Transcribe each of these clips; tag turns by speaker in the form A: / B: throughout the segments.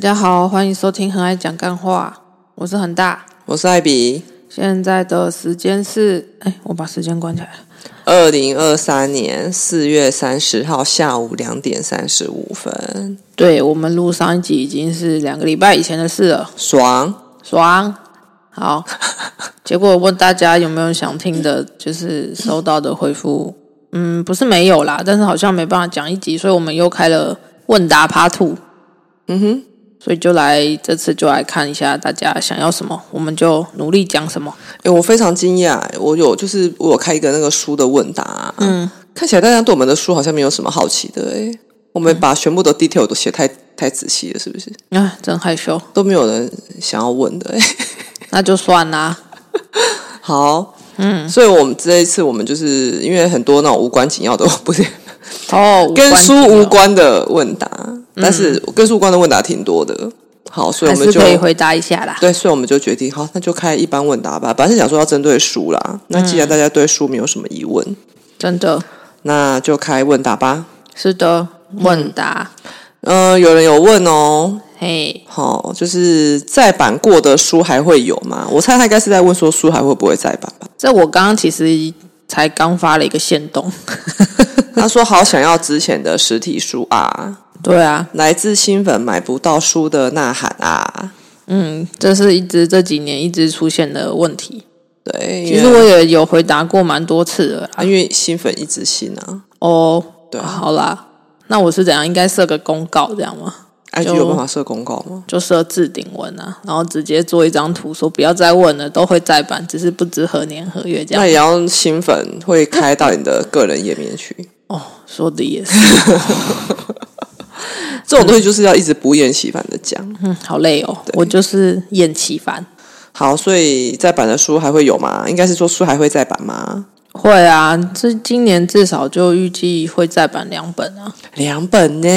A: 家好，欢迎收听《很爱讲干话》，我是恒大。
B: 我是艾比。
A: 现在的时间是，哎，我把时间关起来了。
B: 二零二三年四月三十号下午两点三十五分，
A: 对我们录上一集已经是两个礼拜以前的事了，
B: 爽！
A: 爽。 好，结果问大家有没有想听的，就是收到的回复，嗯，不是没有啦，但是好像没办法讲一集，所以我们又开了问答 Part Two。
B: 嗯哼，
A: 所以就来这次就来看一下大家想要什么，我们就努力讲什么。
B: 哎、我非常惊讶，我有就是我有开一个那个书的问答，啊
A: 嗯，
B: 看起来大家对我们的书好像没有什么好奇的哎，我们把全部的 detail 都写太太仔细了，是不是？
A: 啊，真害羞，
B: 都没有人想要问的哎。
A: 嗯那就算啦。
B: 好，嗯，所以我们这一次我们就是因为很多那种无关紧要的，不是
A: 哦，无
B: 跟
A: 关
B: 书
A: 紧要
B: 无，关的问答，但是跟书无关的问答挺多的。好，所以
A: 还
B: 我
A: 是
B: 们就
A: 可以回答一下啦。
B: 对，所以我们就决定，好，那就开一般问答吧。本来是想说要针对书啦，那既
A: 嗯
B: 然大家对书没有什么疑问，
A: 真的
B: 那就开问答吧。
A: 是的，问答，
B: 嗯、有人有问哦，
A: 嘿，
B: 好，就是再版过的书还会有吗？我猜他应该是在问说书还会不会再版吧。
A: 这我刚刚其实才刚发了一个线动。
B: 他说好想要之前的实体书啊，
A: 对啊，
B: 来自新粉买不到书的呐喊啊。
A: 嗯，这是一直这几年一直出现的问题。
B: 对，
A: 其实
B: 因为
A: 我也有回答过蛮多次的啦。
B: 啊，因为新粉一直新啊
A: 哦，
B: 对啊
A: 好啦，那我是怎样？应该设个公告这样吗？
B: ，IG 有办法设公告吗？
A: 就设置顶文啊，然后直接做一张图，说不要再问了，都会再版，只是不知何年何月这样
B: 那。也要新粉会开到你的个人页面去。
A: 哦，说的也是，
B: 这种东西就是要一直不厌其烦的讲。
A: 嗯，好累哦，我就是厌其烦。
B: 好，所以再版的书还会有吗？应该是说书还会再版吗？
A: 会啊，这今年至少就预计会再版两本啊。
B: 两本呢？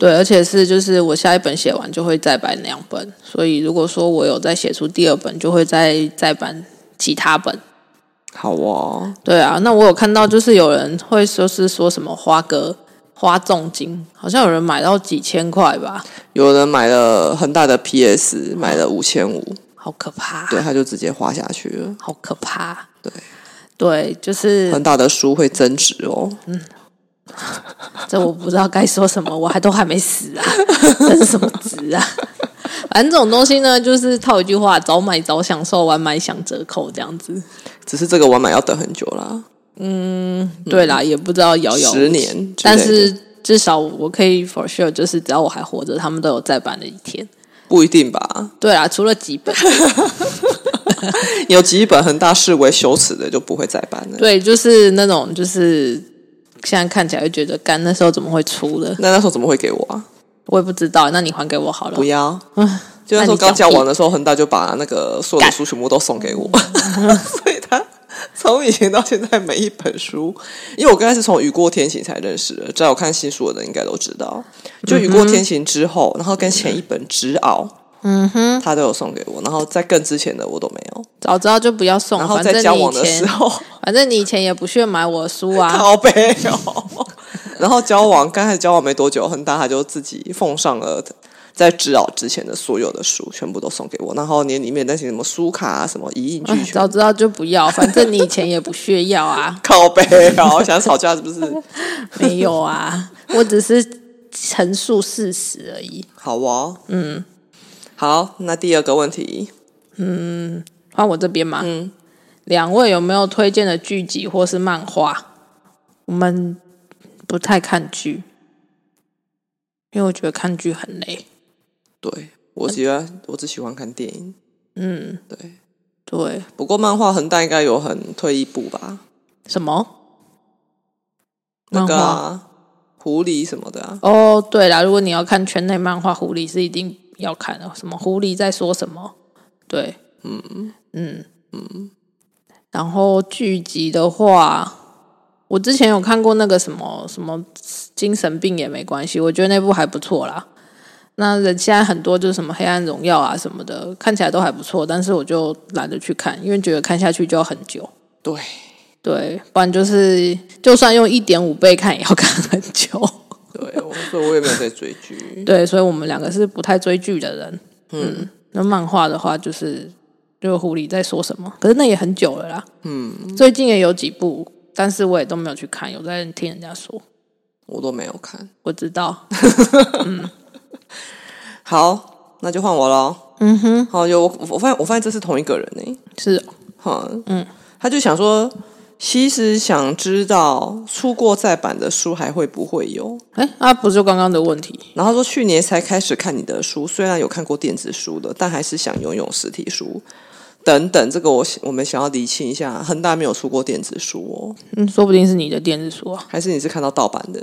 A: 对，而且是就是我下一本写完就会再版两本，所以如果说我有再写出第二本，就会再再版其他本。
B: 好哦，
A: 对啊，那我有看到就是有人会说是说什么花哥花重金，好像有人买到几千块吧，
B: 有人买了很大的 PS，买了五千五，
A: 好可怕、
B: 对，他就直接花下去了。
A: 好可怕。
B: 对
A: 对，就是
B: 很大的书会增值哦，
A: 这我不知道该说什么，我还都还没死啊， 这是什么值啊？ 反正这种东西呢，就是套一句话：早买早享受，晚买享折扣这样子。
B: 只是这个晚买要等很久啦，
A: 对啦，也不知道遥遥无期
B: 嗯十年之类的。
A: 哎但是至少我可以 for sure，就是只要我还活着，他们都有再版的一天。
B: 不一定吧？
A: 对啦，除了几本，
B: 有几本恒大视为羞耻的就不会再版了。
A: 对，就是那种就是现在看起来就觉得，干那时候怎么会出的？
B: 那那时候怎么会给我啊？
A: 我也不知道，那你还给我好了
B: 不。要。
A: 嗯
B: 就那时候刚交往的时候，恒大就把那个所有的
A: 干嗯
B: 书全部都送给我， 所以他从以前到现在每一本书，因为我刚开始从《雨过天晴》才认识的，只要有看新书的人应该都知道，就《雨过天晴》之后，然后跟前一本《直熬》，嗯哼，他都有送给我，然后在更之前的我都没有，
A: 早知道就不要送，
B: 然后
A: 哦反
B: 在
A: 正
B: 交
A: 你
B: 往
A: 以
B: 的时
A: 前，
B: 候，
A: 反正你以前也不屑买我的书 啊。
B: 靠背哦。 然后交往刚开始交往没多久，恒大他就自己奉上了在指导之前的所有的书，全部都送给我。然后连里面那些什么书卡啊、什么一应俱
A: 哎
B: 全，。
A: 早知道就不要，反正你以前也不屑要啊
B: 靠背哦，想吵架是不是？
A: 没有啊，我只是陈述事实而已。
B: 好哦，嗯，好。那第二个问题，
A: 换我这边嘛。嗯，两位有没有推荐的剧集或是漫画？我们不太看剧，因为我觉得看剧很累。
B: 对我喜欢，我只喜欢看电影。
A: 嗯，
B: 对，
A: 对，
B: 不过漫画恒大应该有很退一步吧？
A: 什么？
B: 那个、
A: 漫画
B: 啊、狐狸什么的啊，
A: 哦，对啦，如果你要看圈内漫画，狐狸是一定要看的。什么狐狸在说什么？对，嗯嗯嗯。然后剧集的话，我之前有看过那个什么什么精神病也没关系，我觉得那部还不错啦。那人现在很多就是什么黑暗荣耀啊什么的，看起来都还不错，但是我就懒得去看，因为觉得看下去就要很久。
B: 对。
A: 对，不然就是就算用一点五倍看也要看很久。
B: 对，我所以我也没有在追剧。
A: 对，所以我们两个是不太追剧的人。嗯，那漫画的话就是就狐狸在说什么，可是那也很久了啦。嗯，最近也有几部，但是我也都没有去看，有在听人家说。
B: 我都没有看。
A: 我知道，
B: 好，那就换我喽。嗯哼，好，有我我发现我发现这是同一个人呢、
A: 是哦
B: 哈，嗯，他就想说，其实想知道出过再版的书还会不会有？
A: 哎，那、不是刚刚的问题，
B: 然后说去年才开始看你的书，虽然有看过电子书的，但还是想拥有实体书。等等，这个我我们想要厘清一下，恒大没有出过电子书哦，
A: 嗯，说不定是你的电子书啊。
B: 还是你是看到盗版的？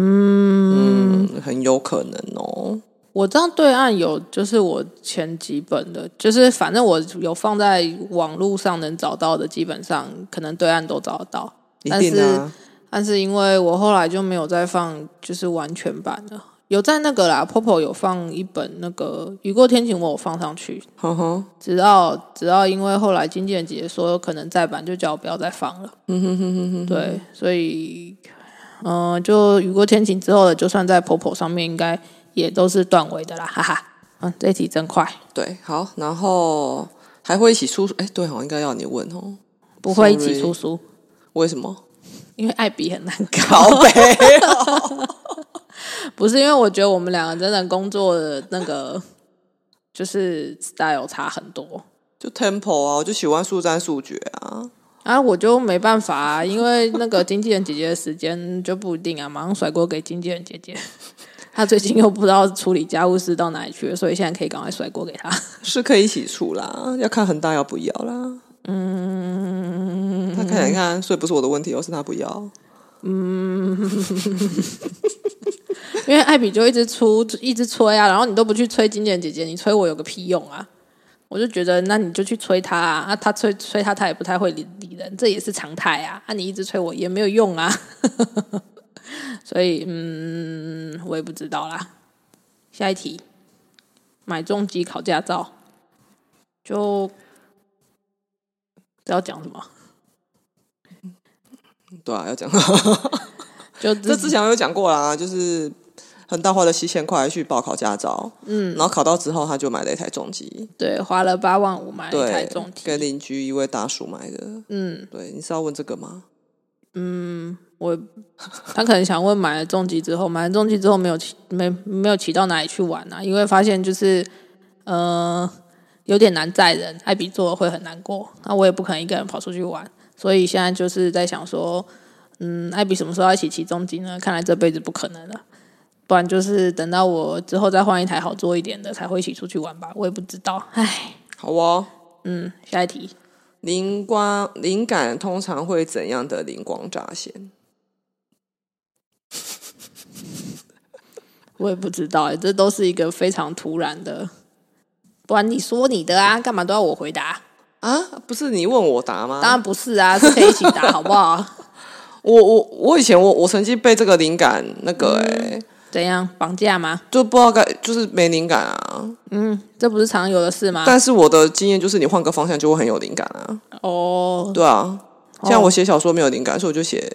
B: 嗯很有可能哦。
A: 我这样对岸有，就是我前几本的，就是反正我有放在网络上能找到的，基本上可能对岸都找得到。
B: 一
A: 但
B: 定
A: 是
B: 啊，
A: 但是因为我后来就没有再放，就是完全版的，有在那个啦，Popo 有放一本那个《雨过天晴》，我有放上去。
B: 哼哼，
A: 直到直到因为后来经纪人姐姐说可能再版，就叫我不要再放了。嗯哼哼哼哼，对，所以嗯、呃就雨过天晴之后的，就算在 Popo 上面，应该也都是断尾的啦，哈哈。嗯，这一题真快，
B: 对，好，然后还会一起出，哎，对哦，应该要你问哦，
A: 不会一起
B: Sorry
A: 出书，
B: 为什么？
A: 因为艾比很难搞。
B: 好呗，
A: 不是因为我觉得我们两个真的工作的那个就是 style 差很多
B: 就 tempo 啊，我就喜欢速战速决啊。
A: 啊，我就没办法、啊，因为那个经纪人姐姐的时间就不一定啊，马上甩锅给经纪人姐姐。她最近又不知道处理家务事到哪里去了，所以现在可以赶快甩锅给她。
B: 是可以一起出啦，要看恒大要不要啦。嗯，他看一看，所以不是我的问题哦，是他不要。
A: 因为艾比就一直出，一直催啊，然后你都不去催经纪人姐姐，你催我有个屁用啊！我就觉得，那你就去催她啊，啊她催催她，她也不太会理理人，这也是常态啊。啊，你一直催我也没有用啊， 所以嗯，我也不知道啦。下一题，买重机考驾照，就这要讲什么？
B: 对啊，要讲，
A: 就
B: 这之前我有讲过啦，就是恒大花了七千块去报考驾照，嗯，然后考到之后他就买了一台重机，
A: 对，花了八万五买了一台
B: 对
A: 重，机，
B: 跟邻居一位大叔买的，
A: 嗯。
B: 对，你是要问这个吗？
A: 我他可能想问买了重疾之后，买了重疾之后没有骑没没有骑到哪里去玩啊？因为发现就是呃有点难载人，艾比做会很难过。那我也不可能一个人跑出去玩，所以现在就是在想说，嗯，艾比什么时候要一起骑重疾呢？看来这辈子不可能了。不然就是等到我之后再换一台好坐一点的，才会一起出去玩吧。我也不知道，唉，
B: 好哦，
A: 嗯，下一题，
B: 灵光灵感通常会怎样的灵光乍现？
A: 我也不知道、欸，这都是一个非常突然的。不然你说你的啊，干嘛都要我回答？
B: 啊，不是你问我答吗？
A: 当然不是啊，是可以一起 打，好不好？
B: 我我我以前我我曾经被这个灵感那个哎、
A: 嗯
B: 欸
A: 怎样绑架吗？
B: 就不知道该就是没灵感啊。
A: 嗯，这不是常有的事吗？
B: 但是我的经验就是，你换个方向就会很有灵感啊。
A: 哦，
B: 对啊，
A: 哦
B: 像我写小说没有灵感，所以我就写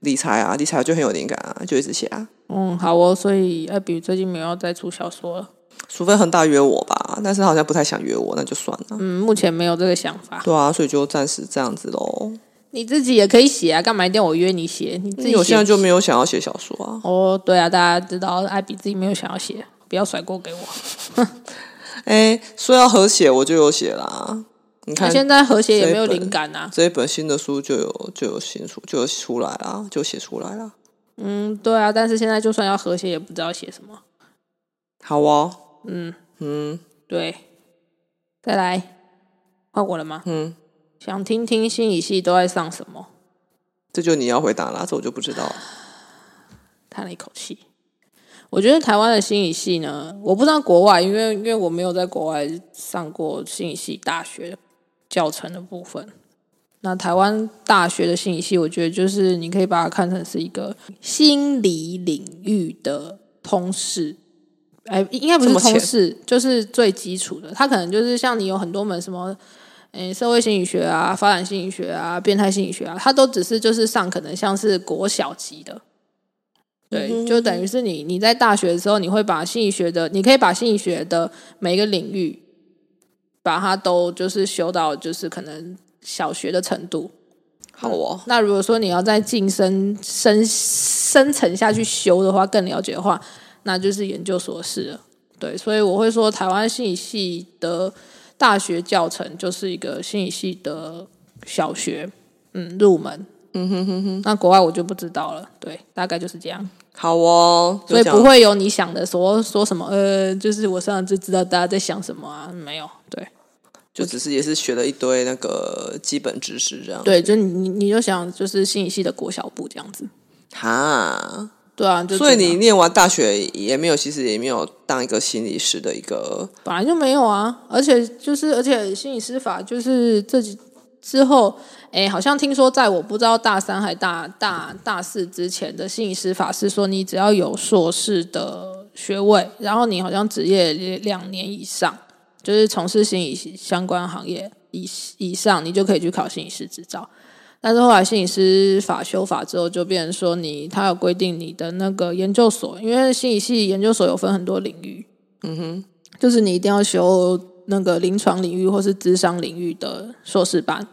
B: 理财啊，理财就很有灵感啊，就一直写啊。
A: 嗯，好哦。所以艾比最近没有要再出小说了，
B: 除非恒大约我吧，但是他好像不太想约我，那就算了。
A: 嗯，目前没有这个想法。
B: 对啊，所以就暂时这样子喽。
A: 你自己也可以写啊，干嘛一定要我约你写？你自己
B: 因为
A: 写
B: 我现在就没有想要写小说啊。
A: 哦，对啊，大家知道艾比自己没有想要写，不要甩锅给我。
B: 哎，说要和写，我就有写啦。你
A: 那
B: 看，
A: 现在和谐也没有
B: 这一本
A: 灵感啊。
B: 这一本新的书就有就有新书就有出来啦，就写出来啦。
A: 嗯，对啊，但是现在就算要和谐，也不知道写什么。
B: 好哦，
A: 对，再来，换我了吗？
B: 嗯，
A: 想听听新一系都在上什么？
B: 这就你要回答啦，这我就不知道了。
A: 叹了一口气。我觉得台湾的心理系呢，我不知道国外，因为因为我没有在国外上过心理系大学教程的部分。那台湾大学的心理系，我觉得就是你可以把它看成是一个心理领域的通识，哎，应该不是
B: 这么浅
A: 通识，就是最基础的。它可能就是像你有很多门什么诶，社会心理学啊、发展心理学啊、变态心理学啊，它都只是就是上可能像是国小级的，对，就等于是你你在大学的时候，你会把心理学的，你可以把心理学的每一个领域，把它都就是修到就是可能小学的程度。
B: 好哦，
A: 那如果说你要再晋升深深层下去修的话，更了解的话，那就是研究所是了。对，所以我会说，台湾心理系的大学教程就是一个心理系的小学，嗯，入门。
B: 嗯哼哼哼，
A: 那国外我就不知道了，对，大概就是这样，
B: 好哦，就
A: 所以
B: 这样
A: 不会有你想的说说什么，呃，就是我上次知道大家在想什么啊，没有，对
B: 就只是也是学了一堆那个基本知识这样。，
A: 对，就你你你就想就是心理系的国小部这样子，
B: 哈，
A: 对啊，就
B: 所以
A: 这样
B: 你念完大学也没有，其实也没有当一个心理师的一个
A: 本来就没有啊，而且就是而且心理师法就是这几之后，哎，好像听说在我不知道大三还大大大四之前的心理师法是说，你只要有硕士的学位，然后你好像职业两年以上，就是从事心理相关行业以以上，你就可以去考心理师执照。但是后来心理师法修法之后，就变成说你它有规定你的那个研究所，因为心理系研究所有分很多领域，就是你一定要修那个临床领域或是智商领域的硕士班，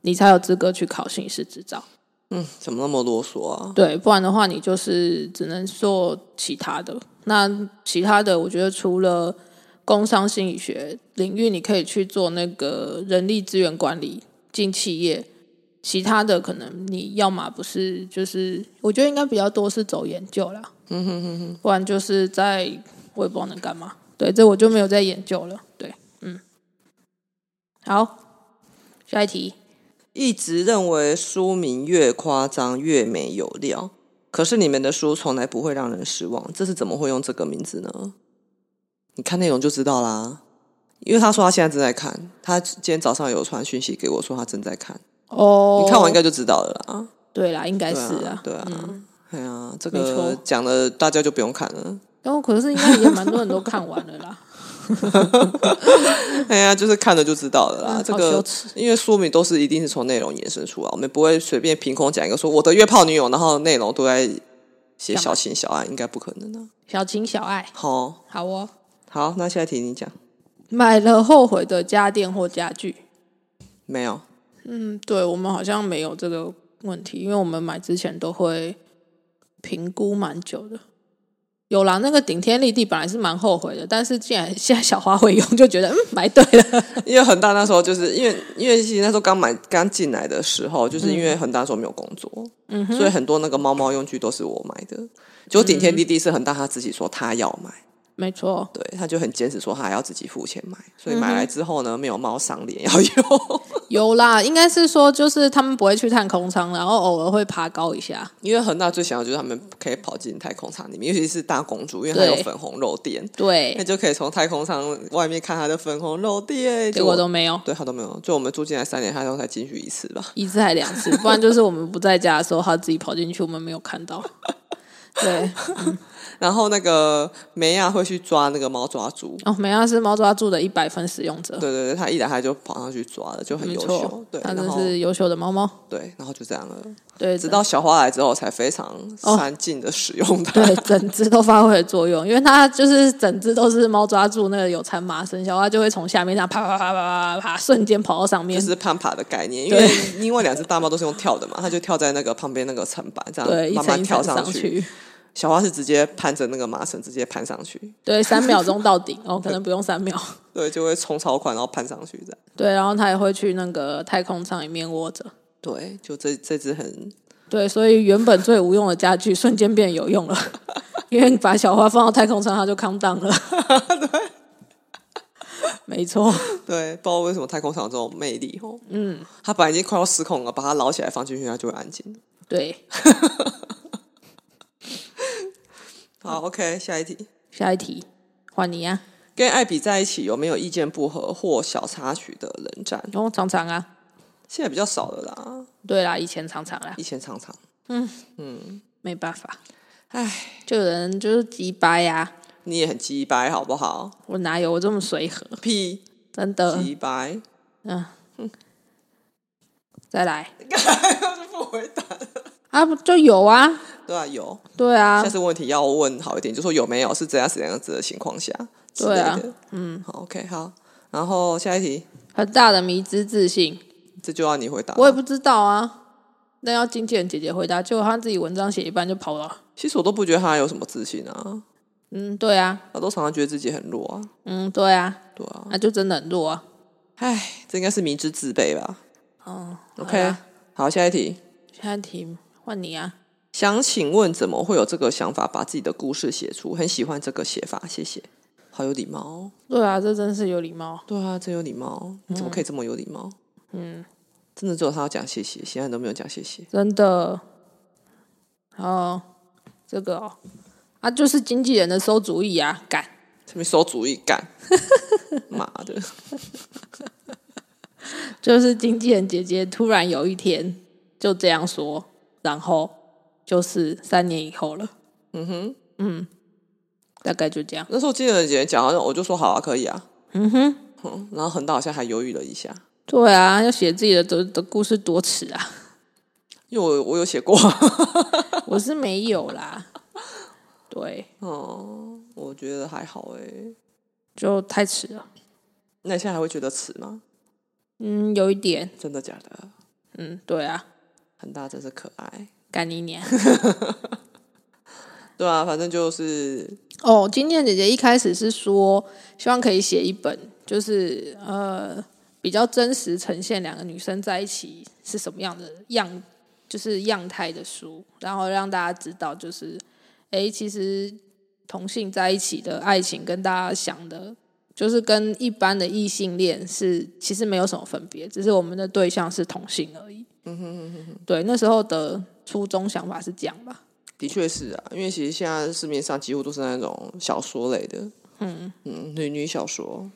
A: 你才有资格去考心理师执照。
B: 嗯，怎么那么啰嗦啊？
A: 对，不然的话你就是只能做其他的。那其他的，我觉得除了工商心理学领域，你可以去做那个人力资源管理进企业。其他的可能你要么不是就是，我觉得应该比较多是走研究啦，嗯哼哼哼，不然就是在我也不知道能干嘛。对，这我就没有在研究了。对，嗯，好，下一题。
B: 一直认为书名越夸张越没有料，可是你们的书从来不会让人失望，这是怎么会用这个名字呢？你看内容就知道啦。因为他说他现在正在看，他今天早上有传讯息给我说他正在看，
A: 哦，
B: 你看完应该就知道了啦。
A: 对啦，应该哦是嗯
B: 对啊，对啊，哎呀，这
A: 没
B: 个
A: 错
B: 讲的大家就不用看了。
A: 然后哦可是应该也蛮多人都看完了啦。
B: 哎呀，就是看了就知道了啦。
A: 嗯
B: 这
A: 好羞
B: 个
A: 耻
B: 因为书名都是一定是从内容延伸出来，我们不会随便凭空讲一个说我的约炮女友，然后内容都在写小情小爱，应该不可能的、
A: 小情小爱，
B: 好，
A: 好哦。
B: 好，那下一题你讲。
A: 买了后悔的家电或家具，
B: 没有，
A: 嗯，对我们好像没有这个问题，因为我们买之前都会评估蛮久的。有啦，那个顶天立地本来是蛮后悔的，但是既然现在小花会用，就觉得嗯买对了。
B: 因为恒大那时候就是因为因为其实那时候刚买刚进来的时候，就是因为恒大那时候没有工作，
A: 嗯
B: 所以很多那个猫猫用具都是我买的。就顶
A: 嗯
B: 天立地是恒大他自己说他要买，
A: 没错，
B: 对，他就很坚持说他还要自己付钱买，所以
A: 嗯
B: 买来之后呢，没有猫赏脸要用，
A: 有啦，应该是说就是他们不会去探空仓，然后偶尔会爬高一下。
B: 因为恒大最想要就是他们可以跑进太空舱里面，尤其是大公主，因为她有
A: 对
B: 粉红肉垫，那
A: 对，
B: 就可以从太空舱外面看她的粉红肉垫。
A: 结果都没有。
B: 对她都没有，就我们住进来三年，她都才进去一次吧。
A: 一次还两次，不然就是我们不在家的时候，他自己跑进去，我们没有看到。对，
B: 然后那个梅亚会去抓那个猫抓猪，
A: 哦，美亚是猫抓住的一百分使用者，
B: 对对对，她一来她就跑上去抓了，就很
A: 没
B: 优
A: 错
B: 秀。对，，
A: 它
B: 然
A: 真
B: 后
A: 是优秀的猫猫。
B: 对，然后就这样了。
A: 对，
B: 直到小花来之后，才非常
A: 哦
B: 善尽的使 用它。
A: 对整只都发挥了作用，因为它就是整只都是猫抓住那个有缠麻绳，小花就会从下面这样啪啪啪啪啪啪啪，瞬间跑到上面
B: 就。是攀爬的概念，因
A: 对
B: 为另外两只大猫都是用跳的嘛，它就跳在那个旁边那个层板，这
A: 对，
B: 样
A: 一
B: 慢
A: 层
B: 慢
A: 一
B: 跳
A: 层
B: 上
A: 上去，
B: 小花是直接攀着那个麻绳直接攀上去，
A: 对，三秒钟到顶哦，可能不用三秒。
B: 对，就会冲超快，然后攀上去这样。
A: 对，然后它也会去那个太空舱里面窝着。
B: 对，就这这只很
A: 对，所以原本最无用的家具瞬间变有用了， 因为你把小花放到太空舱，它就康荡 了。没错，
B: 对，不知道为什么太空舱有这种魅力哦。嗯，它本来已经快要失控了，把它捞起来放进去，它就会安静。
A: 对，
B: 好，OK，下一题。
A: 下一题换你啊，
B: 跟艾比在一起有没有意见不合或小插曲的冷战？
A: 然后常常啊，
B: 现在比较少了啦，
A: 对啦，以前常常啦
B: 以，前常常。
A: 没办法，
B: 唉，
A: 就有人就是急掰呀、
B: 你也很鸡掰好不好？
A: 我哪有我这么随和？
B: 屁
A: 真的，
B: 鸡掰。
A: 嗯，再来
B: 不回答。
A: 啊，不就有啊，
B: 对啊，有。
A: 对啊
B: 下，次问题要问好一点，就说有没有是怎样怎样子的情况下之类
A: 对啊
B: 的。嗯，好，OK，好。然后下一题，
A: 很大的迷之自信，
B: 这就要你回答。
A: 我也不知道啊。那要经纪人姐姐回答，结果她自己文章写一半就跑了。
B: 其实我都不觉得他有什么自信啊，
A: 嗯，对啊，
B: 他都常常觉得自己很弱啊。
A: 嗯，对啊，
B: 对啊，
A: 那就真的很弱啊。
B: 唉，这应该是迷之自卑吧。
A: 哦
B: OK，、
A: 好啦
B: 好，下一题。
A: 下一题换你啊。
B: 想请问怎么会有这个想法，把自己的故事写出？很喜欢这个写法，谢谢。好有礼貌哦，
A: 对啊，这真是有礼貌。
B: 对啊，真有礼貌，你怎么可以这么有礼貌？
A: 嗯，
B: 真的只有他要讲谢谢，其他人都没有讲谢谢。
A: 真的。哦，这个哦，啊，就是经纪人的馊主意啊，干。
B: 这边馊主意干， 妈的！
A: 就是经纪人姐姐突然有一天就这样说，然后就是三年以后了。嗯哼，嗯，大概就这样。
B: 那时候经纪人姐姐讲，好像我就说好啊，可以啊。嗯哼，然后恒大好像还犹豫了一下，
A: 对啊，要写自己的的的故事多耻啊！
B: 因为我我有写过，
A: 我是没有啦。对，
B: 哦，我觉得还好哎。
A: 就太迟了。
B: 那你现在还会觉得迟吗？
A: 嗯，有一点。
B: 真的假的？
A: 嗯，对啊，
B: 恒大真是可爱。
A: 干你娘！
B: 对啊，反正就是
A: 哦，今天姐姐一开始是说希望可以写一本，就是呃比较真实呈现两个女生在一起是什么样的样，就是样态的书，然后让大家知道，就是诶，其实同性在一起的爱情跟大家想的，就是跟一般的异性恋是其实没有什么分别，只是我们的对象是同性而已。嗯哼哼哼，对，那时候的初衷想法是这样吧。
B: 的确是啊，因为其实现在市面上几乎都是那种小说类的，嗯嗯，女女小说。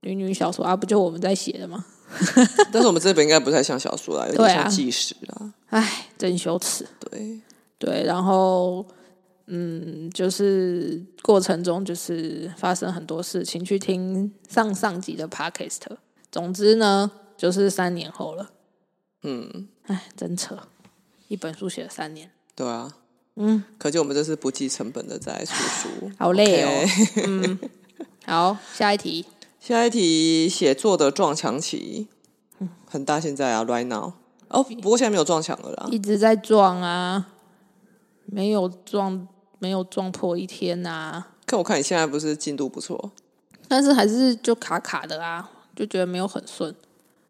A: 女女小说啊，不就我们在写的吗？
B: 但是我们这本应该不太像小说啦，有
A: 对
B: 点
A: 啊
B: 像纪实啊。
A: 唉，真羞耻。
B: 对，
A: 对，然后嗯，就是过程中就是发生很多事情，去听上上集的 podcast。总之呢，就是三年后了，
B: 嗯，
A: 唉，真扯，一本书写了三年，
B: 对啊，
A: 嗯，。
B: 可见我们这是不计成本的在输出
A: 好累哦
B: OK
A: 嗯，好，下一题，
B: 下一题，写作的撞墙期，很大现在啊，right now。哦，不过现在没有撞墙了啦。
A: 一直在撞啊，没有撞，没有撞破一天啊，
B: 看我看你现在不是进度不错，
A: 但是还是就卡卡的啊，就觉得没有很顺。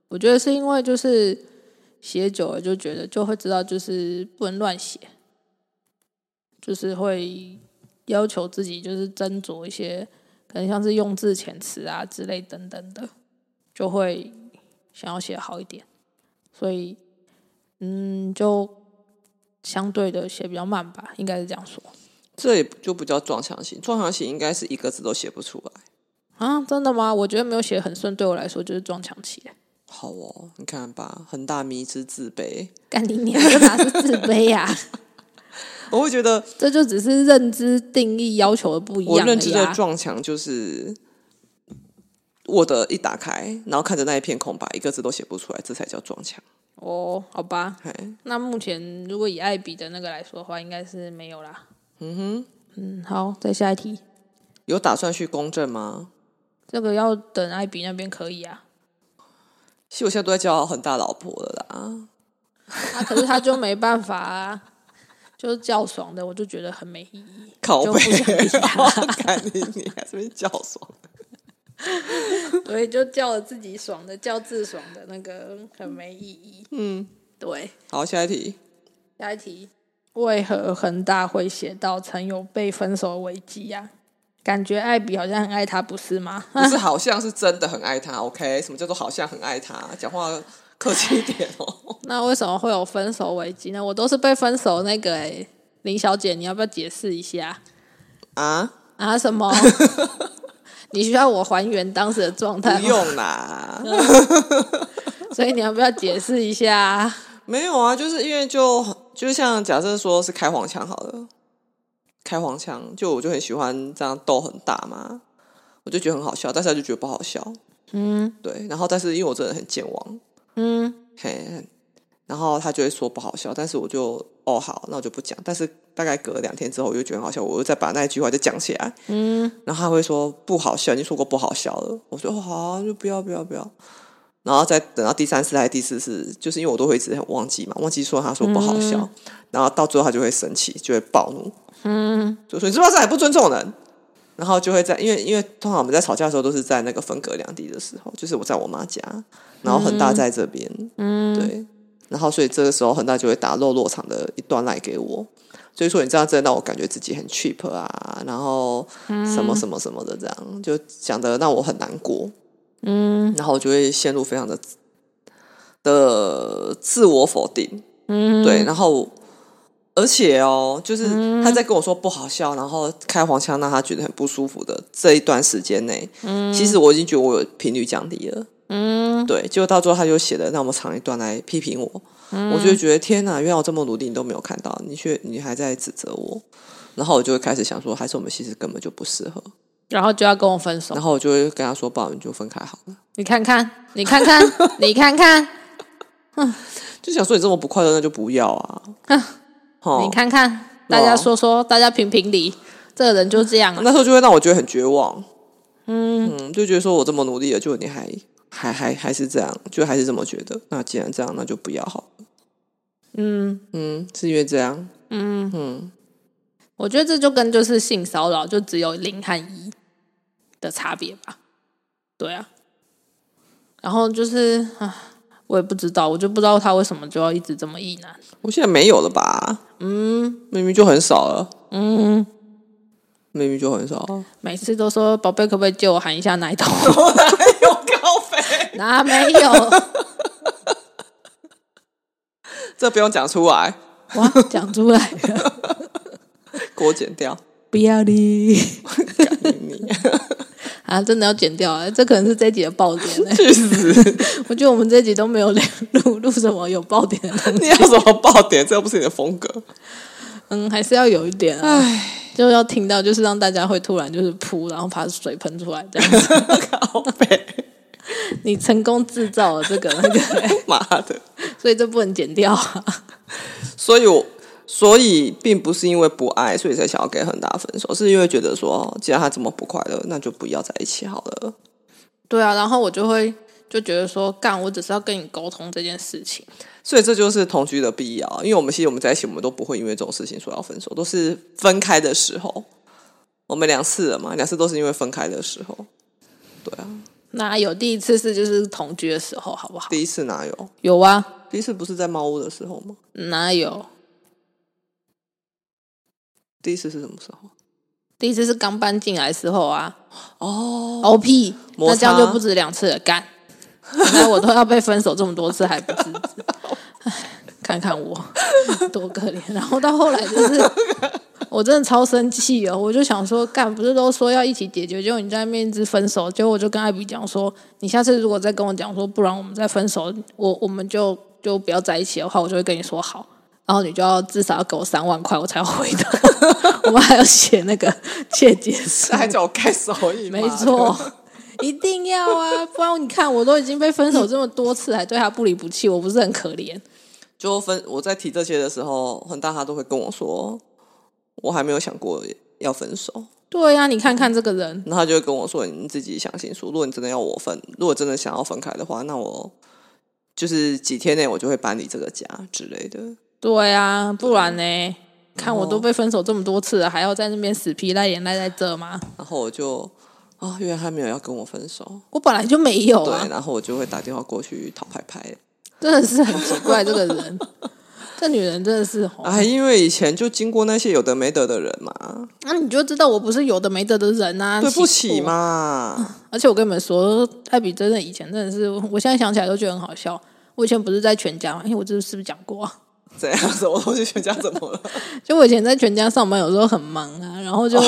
A: 我觉得是因为就是写久了就觉得就会知道，就是不能乱写，就是会要求自己就是斟酌一些，可能像是用字遣词啊之类等等的，就会想要写好一点。所以，嗯，就相对的写比较慢吧，应该是这样说
B: 这也就不叫撞墙期，撞墙期应该是一个字都写不出来。
A: 啊？真的吗？我觉得没有写很顺，对我来说就是撞墙期。啊
B: 好哦，你看吧，很大迷之自卑。
A: 干你娘，这哪是自卑啊呀、
B: 我会觉得
A: 这就只是认知定义要求的不一样、
B: 我
A: 而已啊
B: 认知的撞墙就是我的一打开，然后看着那一片空白，一个字都写不出来，这才叫撞墙。
A: 哦，好吧。
B: 嘿，
A: 那目前如果以艾比的那个来说的话，应该是没有啦。嗯哼，嗯，好，再下一题。
B: 有打算去公证吗？
A: 这个要等艾比那边可以 啊，
B: 其实我现在都在叫很大老婆了啦，
A: 啊，可是他就没办法啊，就是叫爽的，我就觉得很没意义，
B: 靠
A: 就不
B: 背
A: 想理，啊他，
B: 看你你还是叫爽，
A: 所以就叫了自己爽的，叫自爽的那个很没意义。
B: 嗯，
A: 对，
B: 好，下一题，
A: 下一题，为何恒大会写到曾有被分手危机呀、感觉艾比好像很爱他，不是吗？
B: 不是好像是真的很爱他，OK？什么叫做好像很爱他？讲话客气一点哦。
A: 那为什么会有分手危机呢？我都是被分手那个哎、林小姐，你要不要解释一下
B: 啊，
A: 啊？什么？ 你需要我还原当时的状
B: 不
A: 态吗？
B: 用啦，
A: 所以你要不要解释一下？
B: 没有啊，就是因为就就像假设说是开黄腔好了，开黄腔就我就很喜欢这样斗很大嘛，我就觉得很好笑，但是他就觉得不好笑，
A: 嗯
B: 对。然后但是因为我真的很健忘，
A: 嗯，
B: 嘿，然后他就会说不好笑，但是我就哦好，那我就不讲。但是大概隔两天之后，我就觉得很好笑，我又再把那一句话再讲起来，嗯，然后他会说不好笑，你说过不好笑了，我说哦好啊，就不要不要不要。然后再等到第三次还是第四次，就是因为我都会一直很忘记嘛，忘记说他说不好笑，然后到最后他就会生气，就会暴怒，嗯，就说你知不知道这还不尊重人，然后就会在，因为因为通常我们在吵架的时候都是在那个分隔两地的时候，就是我在我妈家，然后恒大在这边，嗯，对，然后所以这个时候恒大就会打漏落场的一段来给我，所以说你这样真的让我感觉自己很 cheap 啊，然后什么什么什么的这样，就讲的让我很难过，嗯，然后我就会陷入非常的的自我否定，嗯，对，然后而且哦，就是他在跟我说不好笑，然后开黄腔让他觉得很不舒服的这一段时间内，嗯，其实我已经觉得我有频率降低了，嗯，对，结果到最后他就写了那么长一段来批评我，我就会觉得天哪，原来我这么努力你都没有看到，你却你还在指责我，然后我就会开始想说，还是我们其实根本就不适合，
A: 然后就要跟我分手
B: 然。后我就会跟他说，不然我们就分开好了，
A: 你看看，你看看，你看看，
B: 就想说你这么不快乐，那就不要啊，哦
A: 你看看，大家说说，大家评评理，这个人就这样啊。
B: 那时候就会让我觉得很绝望。嗯就觉得说我这么努力了，就你还还还还是这样，就还是这么觉得。那既然这样，那就不要好了。
A: 嗯，
B: 嗯，是因为这样，
A: 我觉得这就跟就是性骚扰就只有零和一的差别吧。对啊，然后就是啊，我也不知道，我就不知道他为什么就要一直这么意难。
B: 我现在没有了吧？嗯，明明就很少了。嗯，明明就很少 了。
A: 每次都说宝贝，可不可以借我喊一下奶头？
B: 我哪有哎高飞？
A: 哪没有？
B: 这不用讲出来，
A: 哇，讲出来了，
B: 给我剪掉。
A: 不要理
B: 干你
A: 啊！真的要剪掉啊！这可能是这一集的爆点、欸。
B: 去 死！
A: 我觉得我们这一集都没有聊录录什么有爆点的东西，
B: 你要什么爆点？这又不是你的风格。
A: 嗯，还是要有一点啊，就要听到，就是让大家会突然就是噗，然后把水喷出来这样子。
B: 高飞，
A: 你成功制造了这个那 个，
B: 妈的！
A: 所以这不能剪掉啊。
B: 所以我所以并不是因为不爱，所以才想要跟恒大分手，是因为觉得说，哦既然他这么不快乐，那就不要在一起好了。
A: 对啊，然后我就会就觉得说，干，我只是要跟你沟通这件事情。
B: 所以这就是同居的必要，因为我们其实我们在一起，我们都不会因为这种事情说要分手，都是分开的时候，我们两次了嘛，两次都是因为分开的时候。对啊，
A: 那有第一次是就是同居的时候，好不好？
B: 第一次哪有？
A: 有啊，
B: 第一次不是在猫屋的时候吗？
A: 哪有？
B: 第一次是什么时候？
A: 第一次是刚搬进来的时候啊
B: 哦，
A: ，O P，
B: 摩
A: 那这样
B: 擦
A: 就不止两次了， 干，那我都要被分手这么多次还不自知，唉看看我 多可怜。然后到后来就是，我真的超生气哦，我就想说，干不是都说要一起解决，结果你在那边一直分手，结果我就跟艾比讲说，你下次如果再跟我讲说，不然我们再分手，我我们就就不要在一起的话，我就会跟你说好。然后你就要至少要给我三万块，我才要回的。 我们还要写那个切结书
B: 这， 还叫我盖手艺？
A: 没错，一定要啊！不然你看，我都已经被分手这么多次，还对他不离不弃，我不是很可怜？
B: 就分我在提这些的时候，恒大他都会跟我说，我还没有想过要分手，
A: 对啊呀、你看看这个人，
B: 然后他就会跟我说，你自己想清楚，如果你真的要我分，如果真的想要分开的话，那我就是几天内我就会搬离这个家之类的。
A: 对啊，不然
B: 嗯
A: 呢？看我都被分手这么多次了，还要在那边死皮赖脸赖在这吗？
B: 然后我就啊、原来他没有要跟我分手，
A: 我本来就没有
B: 对
A: 啊，，
B: 然后我就会打电话过去讨拍拍。
A: 真的是很奇怪，这个 人，这女人真的是哦。
B: 哎，因为以前就经过那些有的没得的人嘛，
A: 那、啊你就知道我不是有的没的的人啊，
B: 对不
A: 欺
B: 起
A: 负我
B: 嘛。
A: 而且我跟你们说，艾比真的以前真的是，我现在想起来都觉得很好笑。我以前不是在全家嘛，因为我这是不是讲过、啊？
B: 怎样？什么东西？全家怎 么了？
A: 就我以前在全家上班，有时候很忙啊，然后就、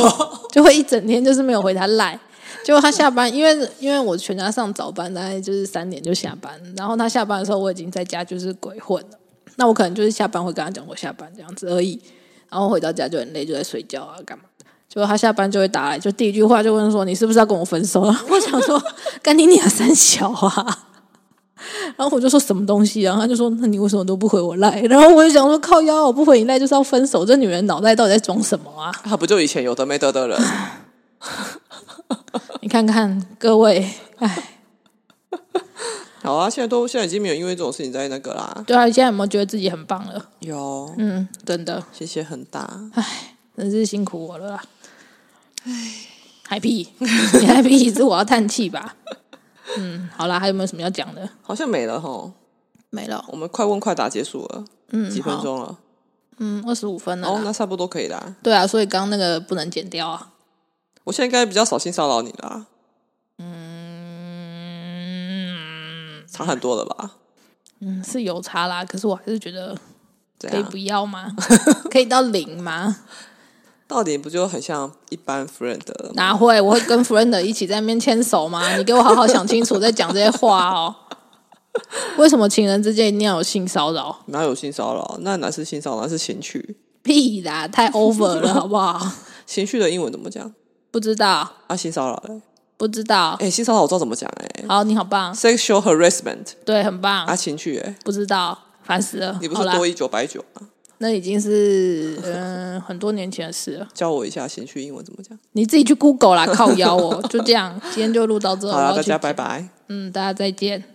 A: 就会一整天就是没有回他赖。结果他下班，因为因为我全家上早班，大概就是三点就下班，然后他下班的时候，我已经在家就是鬼混了。那我可能就是下班会跟他讲我下班这样子而已，然后回到家就很累，就在睡觉啊，干嘛的？结果他下班就会打来，就第一句话就问说你是不是要跟我分手？然后我想说，干你娘三小啊！然后我就说什么东西啊？他就说那你为什么都不回我赖？然后我就想说靠腰，我不回你赖就是要分手，这女人脑袋到底在装什么啊？
B: 他不就以前有的没得的人？
A: 你看看各位，哎，
B: 好啊，现在都现在已经没有因为这种事情在那个啦。
A: 对啊，你现在有没有觉得自己很棒了？
B: 有，
A: 嗯，真的，
B: 谢谢很大。
A: 真是辛苦我了啦。哎，嗨屁，你嗨屁一次，我要叹气吧。嗯，好啦，还有没有什么要讲的？
B: 好像没了哈，
A: 没了，
B: 我们快问快答结束了，
A: 嗯，
B: 几分
A: 好，
B: 钟了？
A: 嗯，二十五分了啦。
B: 哦，那差不多可以啦。
A: 对啊，所以刚刚那个不能剪掉啊。
B: 我现在应该比较少性骚扰你啦，
A: 嗯
B: 差很多了吧？
A: 嗯，是有差啦，可是我还是觉得
B: 这
A: 可以
B: 样
A: 不要 吗？可以到零吗？
B: 到底不就很像一般 friend 的了吗？
A: 哪会？我会跟 friend 一起在那边牵手吗？你给我好好想清楚，再讲这些话 哦。为什么情人之间一定要有性骚扰？
B: 哪有性骚扰？那哪是性骚扰？那是情趣。
A: 屁啦，太 over 了，好不好？
B: 情绪的英文怎么讲？
A: 不知道，
B: 啊，性骚扰嘞？
A: 不知道。
B: 哎、性骚扰我知道怎么讲哎、
A: 好，你好棒，
B: s e x u a l harassment
A: 对，很棒。
B: 啊，情趣哎、
A: 不知道，烦死了。
B: 你不
A: 好
B: 是
A: 啦
B: 多一九百九吗？
A: 那已经是嗯、很多年前的事了。
B: 教我一下情趣英文怎么讲？
A: 你自己去 Google 啦，靠腰哦。就这样，今天就录到这，
B: 好
A: 我
B: 啦，
A: 要
B: 大
A: 去
B: 家拜拜。
A: 嗯，大家再见。